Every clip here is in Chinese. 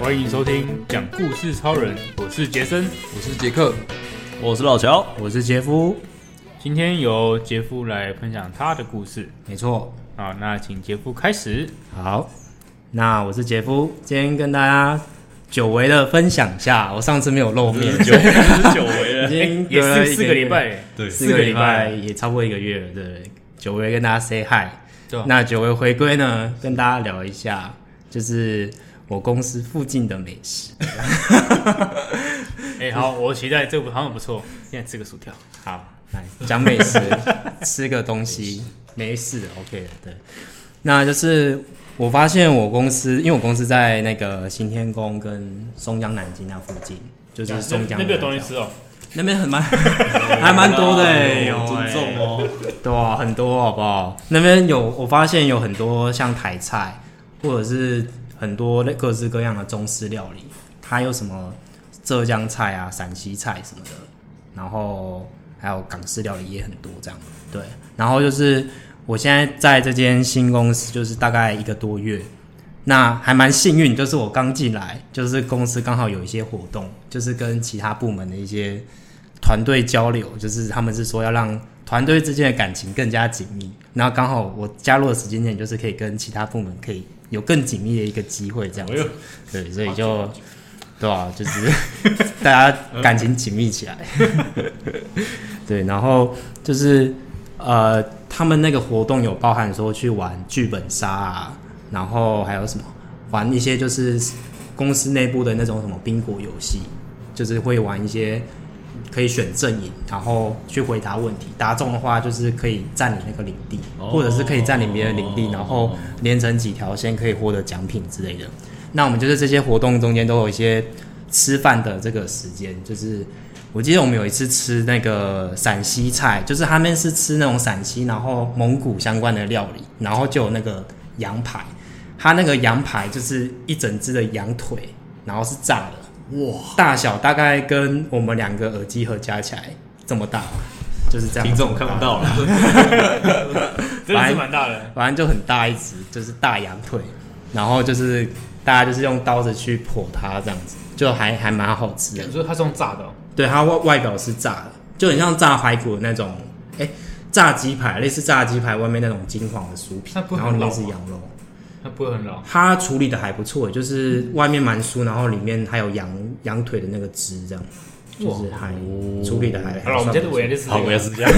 欢迎收听《讲故事超人》，我是杰森，我是杰克，我是老乔，我是杰夫。今天由杰夫来分享他的故事。没错，好，那请杰夫开 始。好，那我是杰夫，今天跟大家久违的分享一下，我上次没有露面，久违久违了，已经哎也隔了是四一个礼拜，对四个礼拜也超过一个月了，对不对？久违跟大家 say hi。对啊那久违回归呢，跟大家聊一下，就是我公司附近的美食。哎、好，我期待这部好像不错。现在吃个薯条，好，来讲美食，吃个东西，没事，OK 的。对，那就是我发现我公司，因为我公司在那个新天宫跟松江南京那附近，就是松江那边有南东西角吃哦、那边 很蛮还蛮多的、欸，有欸尊重哦，对啊，很多好不好？那边有我发现有很多像台菜，或者是很多类各式各样的中式料理，它有什么浙江菜啊、陕西菜什么的，然后还有港式料理也很多这样。对，然后就是我现在在这间新公司，就是大概一个多月。那还蛮幸运，就是我刚进来，就是公司刚好有一些活动，就是跟其他部门的一些团队交流，就是他们是说要让团队之间的感情更加紧密。然后刚好我加入的时间点，就是可以跟其他部门可以有更紧密的一个机会，这样哎子。对，所以就对啊，就是大家感情紧密起来。对，然后就是呃，他们那个活动有包含说去玩剧本杀啊，然后还有什么玩一些就是公司内部的那种什么宾果游戏，就是会玩一些可以选阵营，然后去回答问题，答中的话就是可以占领那个领地，哦或者是可以占领别的领地，然后连成几条线可以获得奖品之类的。那我们就是这些活动中间都有一些吃饭的这个时间，就是我记得我们有一次吃那个陕西菜，就是他们是吃那种陕西，然后蒙古相关的料理，然后就有那个羊排，它那个羊排就是一整只的羊腿，然后是炸的，哇，大小大概跟我们两个耳机盒加起来这么大，就是这样，听众看不到了，真的是蛮大的。 反正就很大一只，就是大羊腿，然后就是大家就是用刀子去剖它，这样子就还还蛮好吃的。你说它是用炸的、哦，对，它外外表是炸的，就很像炸排骨的那种，哎、炸鸡排类似炸鸡排外面那种金黄的酥皮那，不会然很后里面老是吗羊肉。它不会很老。它处理的还不错，就是外面蛮酥，然后里面还有羊羊腿的那个汁，这样就是还处理的还好了，我们觉今天的啊尾牙就得是好，这我个要是这样，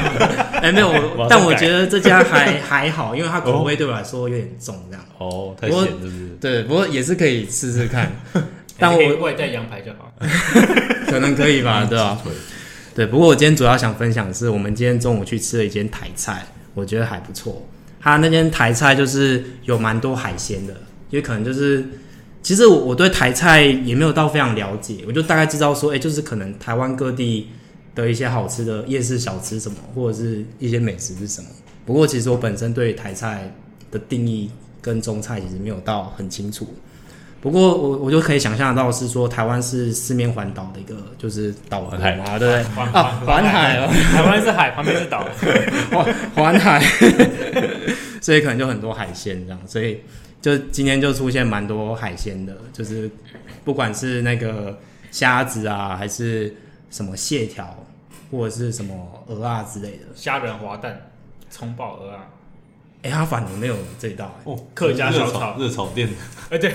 哎没有，我马上但我改觉得这家 还还好，因为它口味对我来说有点重，这样 哦，太咸是不是？对，不过也是可以试试 看，但还我哎是可以外带羊排就好。 可能可以吧，对吧、对，不过我今天主要想分享的是，我们今天中午去吃了一间台菜，我觉得还不错。它那间台菜就是有蛮多海鲜的，也可能就是，其实我我对台菜也没有到非常了解，我就大概知道说，哎、就是可能台湾各地的一些好吃的夜市小吃什么，或者是一些美食是什么。不过其实我本身对台菜的定义跟中菜其实没有到很清楚。不过我我就可以想象得到是说台湾是四面环岛的一个就是岛国环嘛，对不对？环啊，环海哦，台湾是海，旁边是岛。环哦环海，所以可能就很多海鲜这样，所以就今天就出现蛮多海鲜的，就是不管是那个虾子啊，还是什么蟹条，或者是什么鹅啊之类的，虾仁滑蛋、葱爆鹅啊，哎、它反而没有这一道、欸哦客家小热炒热炒店，哎、对，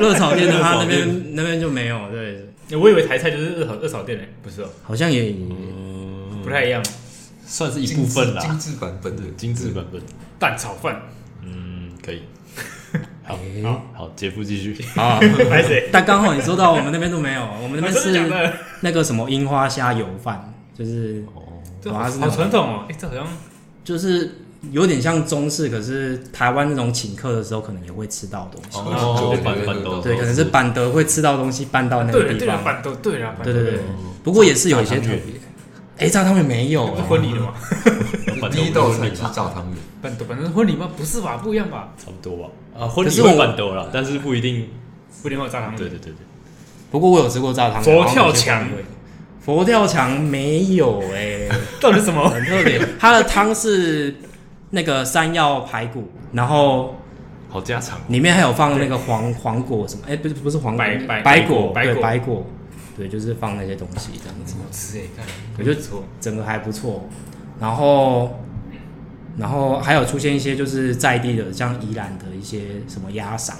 热炒店的它那热炒边那边就没有，对， 我以为台菜就是二炒二炒店呢、不是哦，好像也嗯，不太一样。算是一部分精啦，致版本的精致版本，蛋炒饭，嗯，可 以，哎好好 好，姐夫继续，啊。还是但刚好你说到我们那边都没有，我们那边哦啊真的假是的？那个什么樱花虾油饭，就是哦，这哇好是好传统哦，哎、这好像就是有点像中式，可是台湾那种请客的时候可能也会吃到的东西。哦，板板豆，对，可能是板德会吃到东西搬到那对个了地对了，方。板豆对啊了，板对豆对对，不过也是有一些炸特汤圆别。哎，炸汤圆没有不是哎婚礼的吗？板第一豆道是菜你就是吧炸汤圆，板豆反正婚礼吗？不是吧，不一样吧？差不多吧，啊，婚礼可是我会板豆啦，但是不嗯一定，不一定会有炸汤对圆。对对对，不过我有吃过炸汤圆。佛然后跳我觉得墙很贵佛跳墙没有哎，到底是什么？很特别。它的汤是那个山药排骨，然后好家常，里面还有放那个黄黄果什么，哎、不是不是黄果白白白白对果白果，对，就是放那些东西这样子，好吃哎，看我觉不得错，整个还不错。然后，然后还有出现一些就是在地的，像宜兰的一些什么鸭嗓，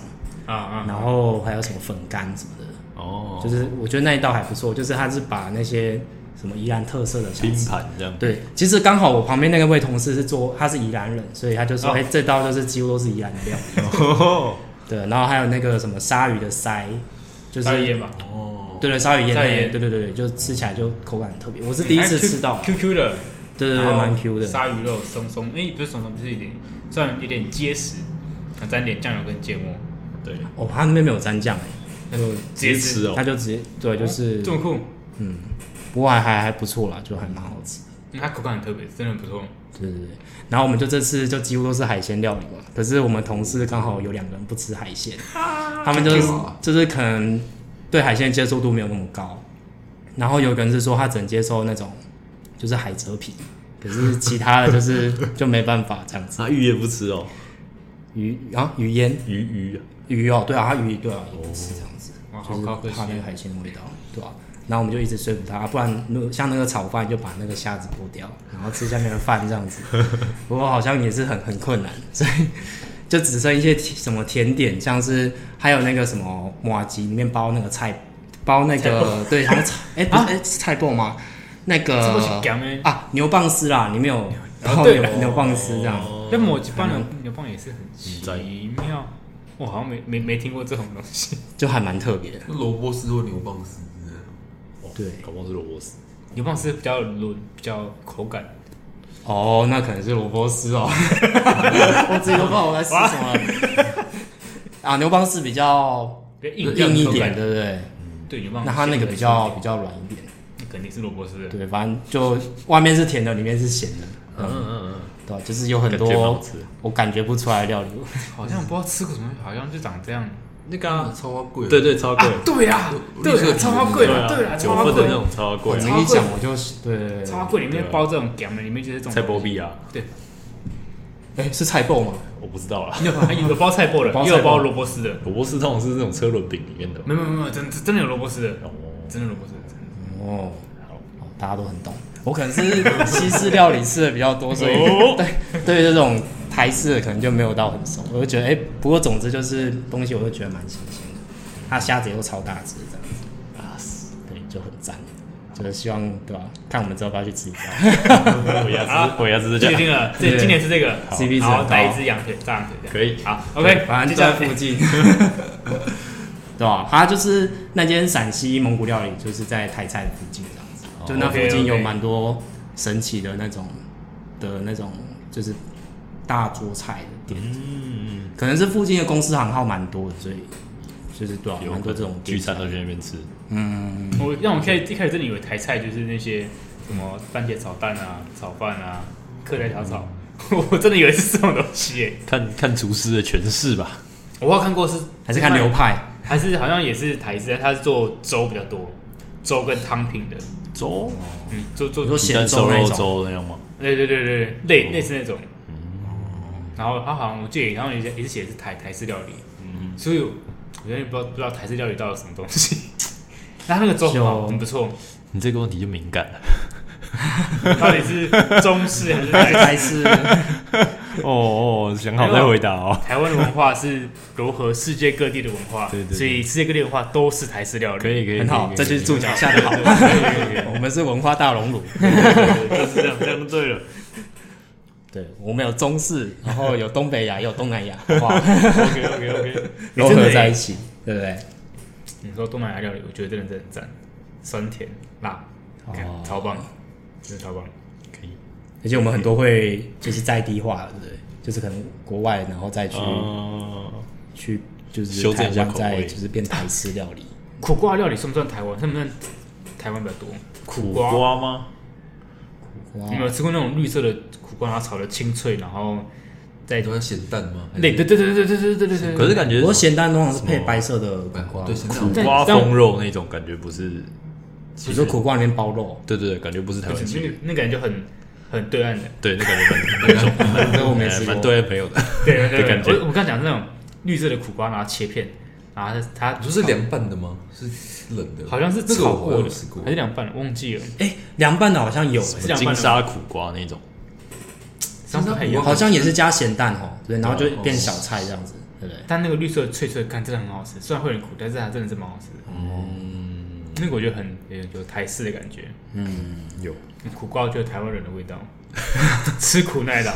啊啊，然后还有什么粉干什么的，哦，就是我觉得那一道还不错，就是它是把那些什么宜兰特色的小拼吃。盘这样，对，其实刚好我旁边那位同事是做，他是宜兰人，所以他就说，哦哎、这道就是几乎都是宜兰的料理。哦，对，然后还有那个什么鲨鱼的鳃，就是大爷嘛，哦，对对，鲨鱼鲨鱼烟，烟对对对对，就吃起来就口感很特别，我是第一次吃到， Q Q 哎的，对对然对，后蛮 Q 的，鲨鱼肉松松，哎，不是松松，就是有点算有点结实，还沾点酱油跟芥末，对，哦，他那边没有蘸酱哎，那就直接吃哦他，就直接对，就是哦这么酷，不过还还还不错啦，就还蛮好吃的，嗯它口感很特别，真的很不错。对对对。然后我们就这次就几乎都是海鲜料理嘛，可是我们同事刚好有两个人不吃海鲜，他们就是就是可能对海鲜接受度没有那么高，然后有个人是说他只能接受那种就是海蜇皮，可是其他的就是就没办法这样 子。他鱼也不吃哦，鱼啊，鱼烟鱼鱼啊，鱼哦，对啊，他鱼对啊，也不吃这样子，哇就是好可惜怕那个海鲜的味道，对啊。然后我们就一直说服他，不然如果像那个炒饭就把那个虾子剥掉，然后吃下面的饭这样 子。不过好像也是很很困难，所以就只剩一些甜什么甜点，像是还有那个什么马吉里面包那个菜，包那个对， 好像菜哎不是哎是菜爆吗？那这不是个咸的啊牛蒡丝啦，里面有然后对牛哦牛蒡丝这样。但某几棒牛牛蒡也是很奇嗯妙，我好像没没没听过这种东西。就还蛮特别的。萝卜丝或牛蒡丝之类的，哦对搞不好是萝卜丝，牛蒡是比较软，比较口感。哦，那可能是萝卜丝哦， 我自己都不知道我在吃什么了。啊，牛蒡是比较比较硬硬一口点，感对不对？对嗯牛蒡。那它那个比较比较软一点，肯定是萝卜丝的，对，反正就外面是甜的，里面是咸的，嗯嗯嗯，对吧，就是有很感觉蛮好多吃的我感觉不出来的料理。好像不知道吃过什么，好像就长这样。啊那个啊超花贵。对，对超贵，对呀对啊超花贵啊，九份的那种超我贵这啊，一讲我就是对对对对啊超贵，里面包这种咸的，里面就是这种菜包。币啊，对，哎，是菜爆吗？我不知道 啦，有还有包菜包的，包也菜包有包萝卜丝的。萝卜丝通常是那种车轮饼里面的，没有没有没有，真真的有萝卜丝的，哦，真的萝卜丝的。真的哦，好哦大家都很懂。我可能是西式料理吃的比较多，所以 对对于这种台式的可能就没有到很熟。我就觉得，哎、不过总之就是东西，我就觉得蛮新鲜的。它虾子又超大只，这样子啊，对，就很赞。就是希望对吧、看我们之后要不要去吃一下。我牙齿我牙齿是这确样，定了，对这今年是这个 CP 值好，很好高来一只羊腿，炸羊腿这样。可以，好，OK，反正就在附近， 对吧、它就是那间陕西蒙古料理，就是在台菜的附近这样子，就那附 OK，OK 近有蛮多神奇的那种的那种，就是大桌菜的店，嗯，可能是附近的公司行号蛮多的，所以就是对啊，有蛮多这种聚店。餐都去那边吃，嗯，我让我开一开始真的以为台菜就是那些什么番茄炒蛋啊、炒饭啊、客家小炒，嗯 我真的以为是这种东西耶。看看厨师的诠释吧，我有看过是还是看流，派还是好像也是台式，但它是做粥比较多，粥跟汤品的，粥，嗯，做做你说鸡咸蛋粥瘦那肉种 粥那样吗？对对对对对，类哦类似那种。嗯然后他好像我记得，然后也是也是写的是台台式料理，嗯，所以我有点不知道不知道台式料理到底是什么东西。 那它那个粥很好，就很不错，你这个问题就敏感了到底是中式还是台式？还 是哦哦，想好再回答哦。台湾的文化是融合世界各地的文化，对对对所以世界各地的文化都是台式料理，可以可以，很好，这这就是注脚下的好。 我们是文化大熔炉，就是这样，这样就对了。对我们有中 式，然后有东北亚，也有东南亚，哇， OK OK OK，融合在一起，对不对？你说东南亚料理，我觉得真的是很赞，酸甜辣，看哦超棒，真的超棒。可以，而且我们很多会就是在地化，对不对？就是可能国外，然后再去、哦，去就是修正台一下湾口再味就是变台式料 理。苦瓜料理算不算台湾？算不算台湾比较多？苦瓜，瓜吗？哇你有没有吃过那种绿色的苦瓜，然后炒的清脆，然后再你喜欢咸蛋吗？类，对对对对对对对对对。可是感觉我咸蛋通常是配白色的白苦瓜，对咸蛋但瓜风肉那种感觉不是，比如说苦瓜里面包肉，对对对，感觉不是台不湾是那系个那感觉就很很对岸的，对，那感觉蛮蛮重，那我没呃吃过蛮对朋友的，对对的感觉对，我我刚讲那种绿色的苦瓜，然后切片，然后它它不是凉拌的吗？是冷的，好像是那个炒我过好的像吃，过还是凉拌的，忘记了，哎、凉拌的好像有、欸，这样拌金的沙苦瓜那种，这样不太一样。哎好像也是加咸蛋哦，对，然后就变小菜这样子，对不对？但那个绿色脆脆的干真的很好吃，虽然会很苦，但是它真的是蛮好吃的。哦那个我觉得很有有台式的感觉，嗯有苦瓜我觉得台湾人的味道， 吃苦耐劳。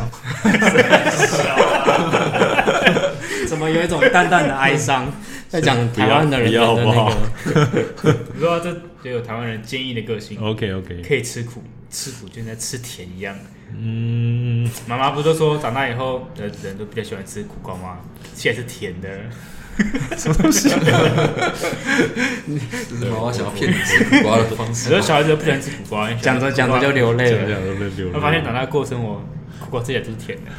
怎么有一种淡淡的哀伤，在讲台湾的人不的要那不要好个不你知道这就有台湾人坚毅的个哦性， ，OK OK，可以吃苦，吃苦就像在吃甜一样。嗯，妈妈不是都说长大以后的人都比较喜欢吃苦瓜吗？现在是甜 的，就是妈妈想要骗你吃苦瓜的方 很式多吧。小孩子都不喜欢吃苦瓜，因为讲着讲着就流泪讲了。讲都被流他发现长大过生活，苦瓜吃起来都是甜的，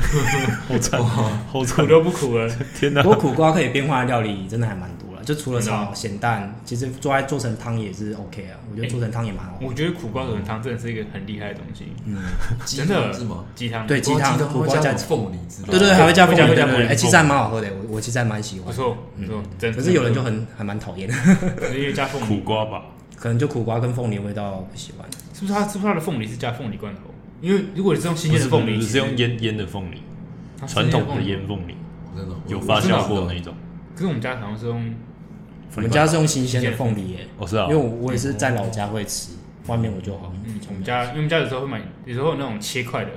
好惨，好苦惨，都不苦了。天哪不，过苦瓜可以变化的料理真的还蛮多了，就除了真的炒哦咸蛋，其实做做成汤也是 OK 啊，我觉得做成汤也蛮好。 我觉得苦瓜粉汤真的是一个很厉害的东西，嗯鸡真的汤是吗？鸡汤对鸡汤它会苦瓜加加凤梨之类对的，对对，还会加凤梨，会加对会加对凤梨对哎，其实还蛮好喝的，我我其实还蛮喜不欢。错嗯不错，真的可是有人就很 还蛮讨厌，因为加凤苦梨，瓜吧，可能就苦瓜跟凤梨味道不喜欢。是不是他是不是他的凤梨是加凤梨罐头？因为如果你是用新不鲜是的凤不梨，是其是实用腌腌的凤梨，它是传新鲜统的凤梨腌凤梨，真的有发酵过那种，可是我们家好像是用我们家是用新鲜的凤梨耶，哦是因啊为，我我也是在老家会吃，外面我就好嗯，我们家因为我们家有时候会买，有时候有那种切块的，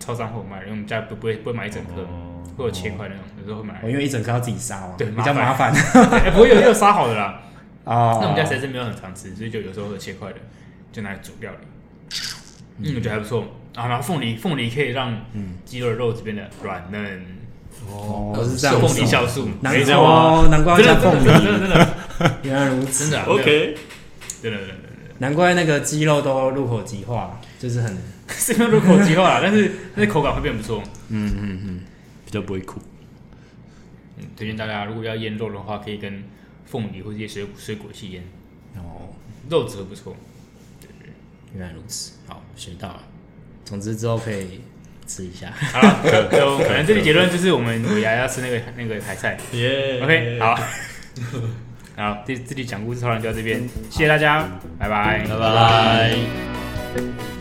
超商会有卖，因为我们家不不会不会买一整颗，哦会有切块那种，有时候会买哦我。因为一整颗要自己杀嘛，对比较麻烦 哎 不会有有杀好的啦，啊。那我们家实在是没有很常吃，所以就有时候会切块的，就拿来煮料理。嗯，我觉得还不错。啊，然后凤梨，凤梨可以让嗯鸡肉的肉这边的软嫩，哦然后是这样凤子哦，梨酵素，难没怪错啊，哦，难怪要真的加凤真的梨，真的真的原来如此真。 的啊 OK，真的真的真的真的， 难怪那个鸡肉都入口即化，就是很是没有入口即化啦，但是那口感会变不错。比较不会苦，嗯，推荐大家如果要腌肉的话，可以跟凤梨或者一些水果水果一起腌，哦，肉质会不错。原来如此，好学到了。总之之后可以吃一下。好了，就可能这里结论就是我们尾牙要吃那个那个台菜。耶 OK，，好， 好，这这里讲故事超人就到这边，谢谢大家，拜拜，拜拜拜。